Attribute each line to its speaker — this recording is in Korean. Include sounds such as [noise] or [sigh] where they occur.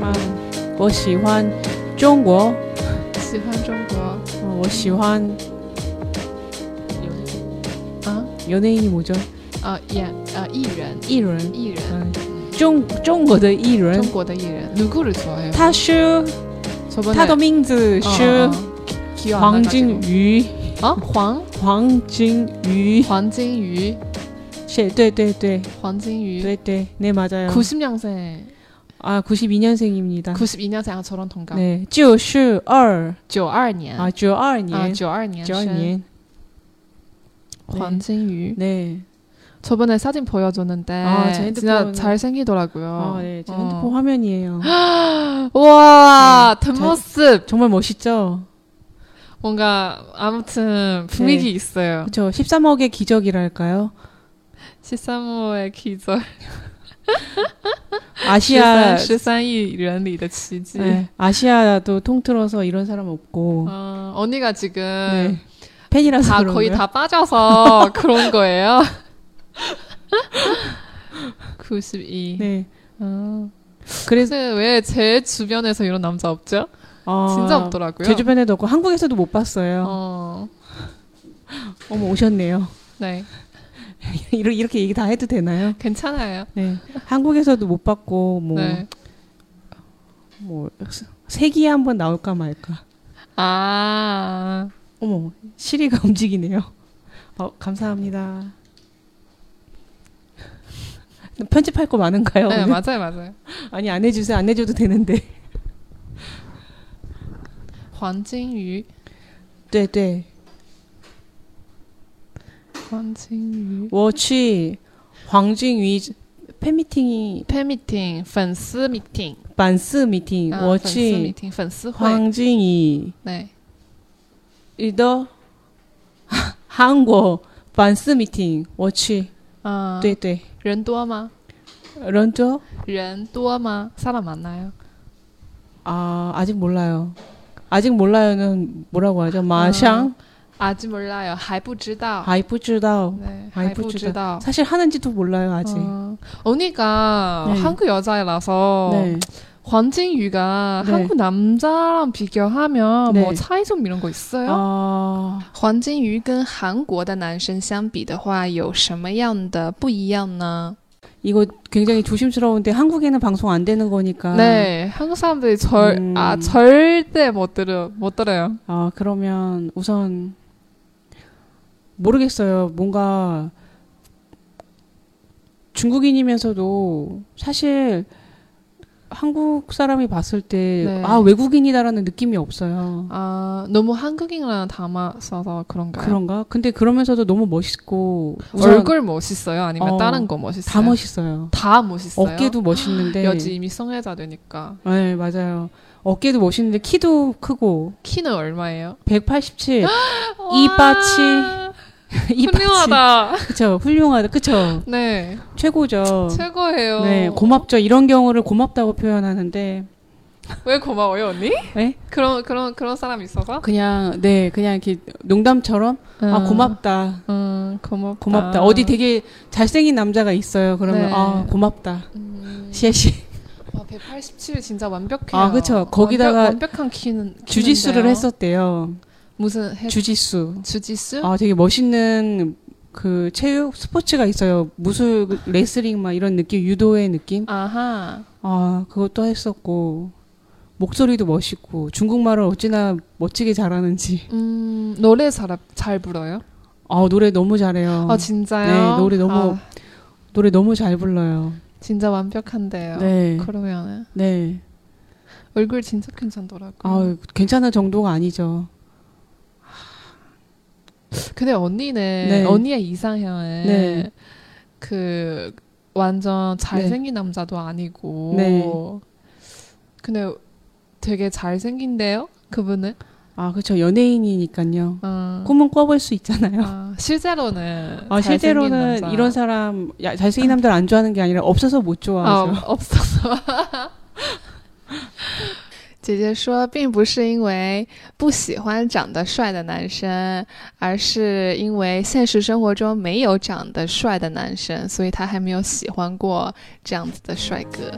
Speaker 1: 아, 我喜欢中国，
Speaker 2: 喜欢中国
Speaker 1: 嗯我喜欢
Speaker 2: 啊
Speaker 1: 有那一幕就
Speaker 2: 呃演呃艺人
Speaker 1: 艺人，
Speaker 2: 艺人
Speaker 1: 嗯，中中国的艺人
Speaker 2: 中，国的艺人누구를좋아해요？
Speaker 1: 他是
Speaker 2: 저번에
Speaker 1: 他的名字是
Speaker 2: 哦 어， 기억안
Speaker 1: 黄
Speaker 2: 나가지고
Speaker 1: 金鱼，
Speaker 2: 啊黄
Speaker 1: 黄金鱼，
Speaker 2: 黄金鱼
Speaker 1: 是，对对对
Speaker 2: 黄金鱼
Speaker 1: 对对，네맞아요
Speaker 2: 90년생
Speaker 1: 아 92년생입니다.
Speaker 2: 92년생 아 저랑 동갑
Speaker 1: 네, 92
Speaker 2: 92년
Speaker 1: 아, 92년.
Speaker 2: 네. 아 92년
Speaker 1: 92년.
Speaker 2: 黄金鱼
Speaker 1: 네.
Speaker 2: 저번에 사진 보여줬는데
Speaker 1: 아, 제
Speaker 2: 진짜
Speaker 1: 핸드폰은-
Speaker 2: 잘생기더라고요
Speaker 1: 아, 네. 제
Speaker 2: 어.
Speaker 1: 핸드폰 화면이에요.
Speaker 2: 우와
Speaker 1: 네,
Speaker 2: 뒷모습
Speaker 1: 정말 멋있죠?
Speaker 2: 뭔가
Speaker 1: 네。
Speaker 2: 아무튼 분위기 있어요
Speaker 1: 그쵸. 13억의 기적이랄까요?
Speaker 2: 13호의 기절 네,
Speaker 1: 아시아,
Speaker 2: 13이 런리의 지지
Speaker 1: 네. 아시아도 통틀어서 이런 사람 없고.
Speaker 2: 어, 언니가 지금
Speaker 1: 네. 팬이라서.
Speaker 2: 다
Speaker 1: 그런가요?
Speaker 2: 거의
Speaker 1: [laughs]
Speaker 2: 다 빠져서 그런 거예요 92
Speaker 1: 네.
Speaker 2: 아,
Speaker 1: 그래서,
Speaker 2: 그래서 왜 제 주변에서 이런 남자 없죠?
Speaker 1: 어,
Speaker 2: 진짜 없더라고요
Speaker 1: 제 주변에도 없고, 한국에서도 못 봤어요.
Speaker 2: 어,
Speaker 1: 어. 머 오셨네요. [laughs]
Speaker 2: 네
Speaker 1: 이러- 이렇게 얘기 다 해도 되나요?
Speaker 2: 괜찮아요
Speaker 1: 네. 한국에서도 못 봤고, 뭐,
Speaker 2: 네.
Speaker 1: 뭐, 세기에 한번 나올까 말까.
Speaker 2: 아
Speaker 1: 어머, 시리가 [laughs] 움직이네요. 어, 감사합니다. [laughs] 편집할 거 많은가요?
Speaker 2: 네,
Speaker 1: 오늘?
Speaker 2: 맞아요 맞아요
Speaker 1: 아니, 안 해주세요. 안 해줘도 되는데.
Speaker 2: [laughs] 황진유
Speaker 1: 네, 네.
Speaker 2: 황진유
Speaker 1: 我去 황진위 팬미팅이
Speaker 2: 팬미팅 팬스 미팅
Speaker 1: 반스 미팅.
Speaker 2: 아, 팬스
Speaker 1: 我去
Speaker 2: 미팅 팬스 회
Speaker 1: 황진이
Speaker 2: 네.
Speaker 1: 더 한국 반스 미팅. 我去.
Speaker 2: 아,
Speaker 1: 对对.
Speaker 2: 人多吗?
Speaker 1: 런저?
Speaker 2: 人多吗? 사람 많나요?
Speaker 1: 아, 아직 몰라요. 아직 몰라요는 뭐라고
Speaker 2: 아.
Speaker 1: 하죠? 마샹
Speaker 2: 아직 몰라요. 还不知道.
Speaker 1: 하이프즈다오.
Speaker 2: 네,
Speaker 1: 还不知道.
Speaker 2: 还不知道.
Speaker 1: 사실 하는지도 몰라요 아직.
Speaker 2: 어, 언니가
Speaker 1: 네.
Speaker 2: 한국 여자라서
Speaker 1: 네.
Speaker 2: 관진유가
Speaker 1: 네.
Speaker 2: 한국 남자랑 비교하면
Speaker 1: 네.
Speaker 2: 뭐 차이점 이런 거 있어요?
Speaker 1: 아,
Speaker 2: 黄金鱼跟韩国的男生相比的话，有什么样的不一样呢？
Speaker 1: 이거 굉장히 조심스러운데 한국에는 방송 안 되는 거니까.
Speaker 2: 네, 한국 사람들이 절,
Speaker 1: 아。 음.
Speaker 2: 아, 절대 못 들어, 못 들어요.
Speaker 1: 아, 그러면 우선 모르겠어요. 뭔가 중국인이면서도 사실 한국 사람이 봤을 때
Speaker 2: 네.
Speaker 1: 아, 외국인이다라는 느낌이 없어요.
Speaker 2: 아, 너무 한국인이랑 닮아서 그런가요?
Speaker 1: 그런가? 근데 그러면서도 너무 멋있고 우선
Speaker 2: 얼굴 멋있어요? 아니면
Speaker 1: 어,
Speaker 2: 다른 거 멋있어요?
Speaker 1: 다 멋있어요.
Speaker 2: 다 멋있어요.
Speaker 1: 어깨도 네. 멋있는데
Speaker 2: 여지 이미 성애자 되니까.
Speaker 1: 네, 맞아요. 어깨도 멋있는데 키도
Speaker 2: [gasps]
Speaker 1: 크고
Speaker 2: 키는 얼마예요?
Speaker 1: 187. 이빠치. [laughs]
Speaker 2: 와,
Speaker 1: 이빠치.
Speaker 2: 훌륭하다.
Speaker 1: [laughs] 그쵸. 훌륭하다. 그쵸.
Speaker 2: 네,
Speaker 1: 최고죠.
Speaker 2: 최고예요.
Speaker 1: 어. 네, 고맙죠. 이런 경우를 고맙다고 표현하는데.
Speaker 2: 왜 고마워요, 언니?
Speaker 1: 네?
Speaker 2: 그런, 그런, 그런 사람 있어서?
Speaker 1: 그냥 네, 그냥 이렇게 농담처럼 아, 고맙다.
Speaker 2: 음, 고맙다.
Speaker 1: 고맙다. 어디 되게 잘생긴 남자가 있어요. 그러면
Speaker 2: 네.
Speaker 1: 아, 고맙다.
Speaker 2: 음, [laughs]
Speaker 1: 시에시.
Speaker 2: 와, 187 진짜 완벽해요.
Speaker 1: 아, 그쵸. 거기다가
Speaker 2: 완벽, 한 키는
Speaker 1: 주짓수를
Speaker 2: 키는데요.
Speaker 1: 했었대요.
Speaker 2: 무슨 해,
Speaker 1: 주짓수.
Speaker 2: 주짓수?
Speaker 1: 아, 되게 멋있는 그 체육 스포츠가 있어요. 무술, 레슬링 막 이런 느낌, 유도의 느낌.
Speaker 2: 아하.
Speaker 1: 아, 그것도 했었고 목소리도 멋있고 중국말을 어찌나 멋지게 잘하는지.
Speaker 2: 음, 노래 잘, 잘 불어요?
Speaker 1: 아, 노래 너무 잘해요.
Speaker 2: 아, 진짜요?
Speaker 1: 네, 노래 너무-
Speaker 2: 아,
Speaker 1: 노래 너무 잘 불러요.
Speaker 2: 진짜 완벽한데요.
Speaker 1: 네.
Speaker 2: 그러면은
Speaker 1: 네.
Speaker 2: 얼굴 진짜 괜찮더라고. 요
Speaker 1: 아, 괜찮은 정도가 아니죠.
Speaker 2: 근데 언니는
Speaker 1: 네.
Speaker 2: 언니의 이상형은
Speaker 1: 네.
Speaker 2: 그 완전 잘생긴 남자도 아니고.
Speaker 1: 네.
Speaker 2: 근데 되게 잘생긴데요? 그분은?
Speaker 1: 아, 그렇죠. 연예인이니까요.
Speaker 2: 어.
Speaker 1: 꿈은 꿔볼 수 있잖아요.
Speaker 2: 아, 실제로는
Speaker 1: 아,
Speaker 2: 잘생긴
Speaker 1: 실제로는
Speaker 2: 남자.
Speaker 1: 이런 사람 야, 잘생긴 남들 안 좋아하는 게 아니라 없어서 못 좋아하죠.
Speaker 2: 哦，없어서 [laughs] 姐姐说，并不是因为不喜欢长得帅的男生，而是因为现实生活中没有长得帅的男生，所以她还没有喜欢过这样子的帅哥。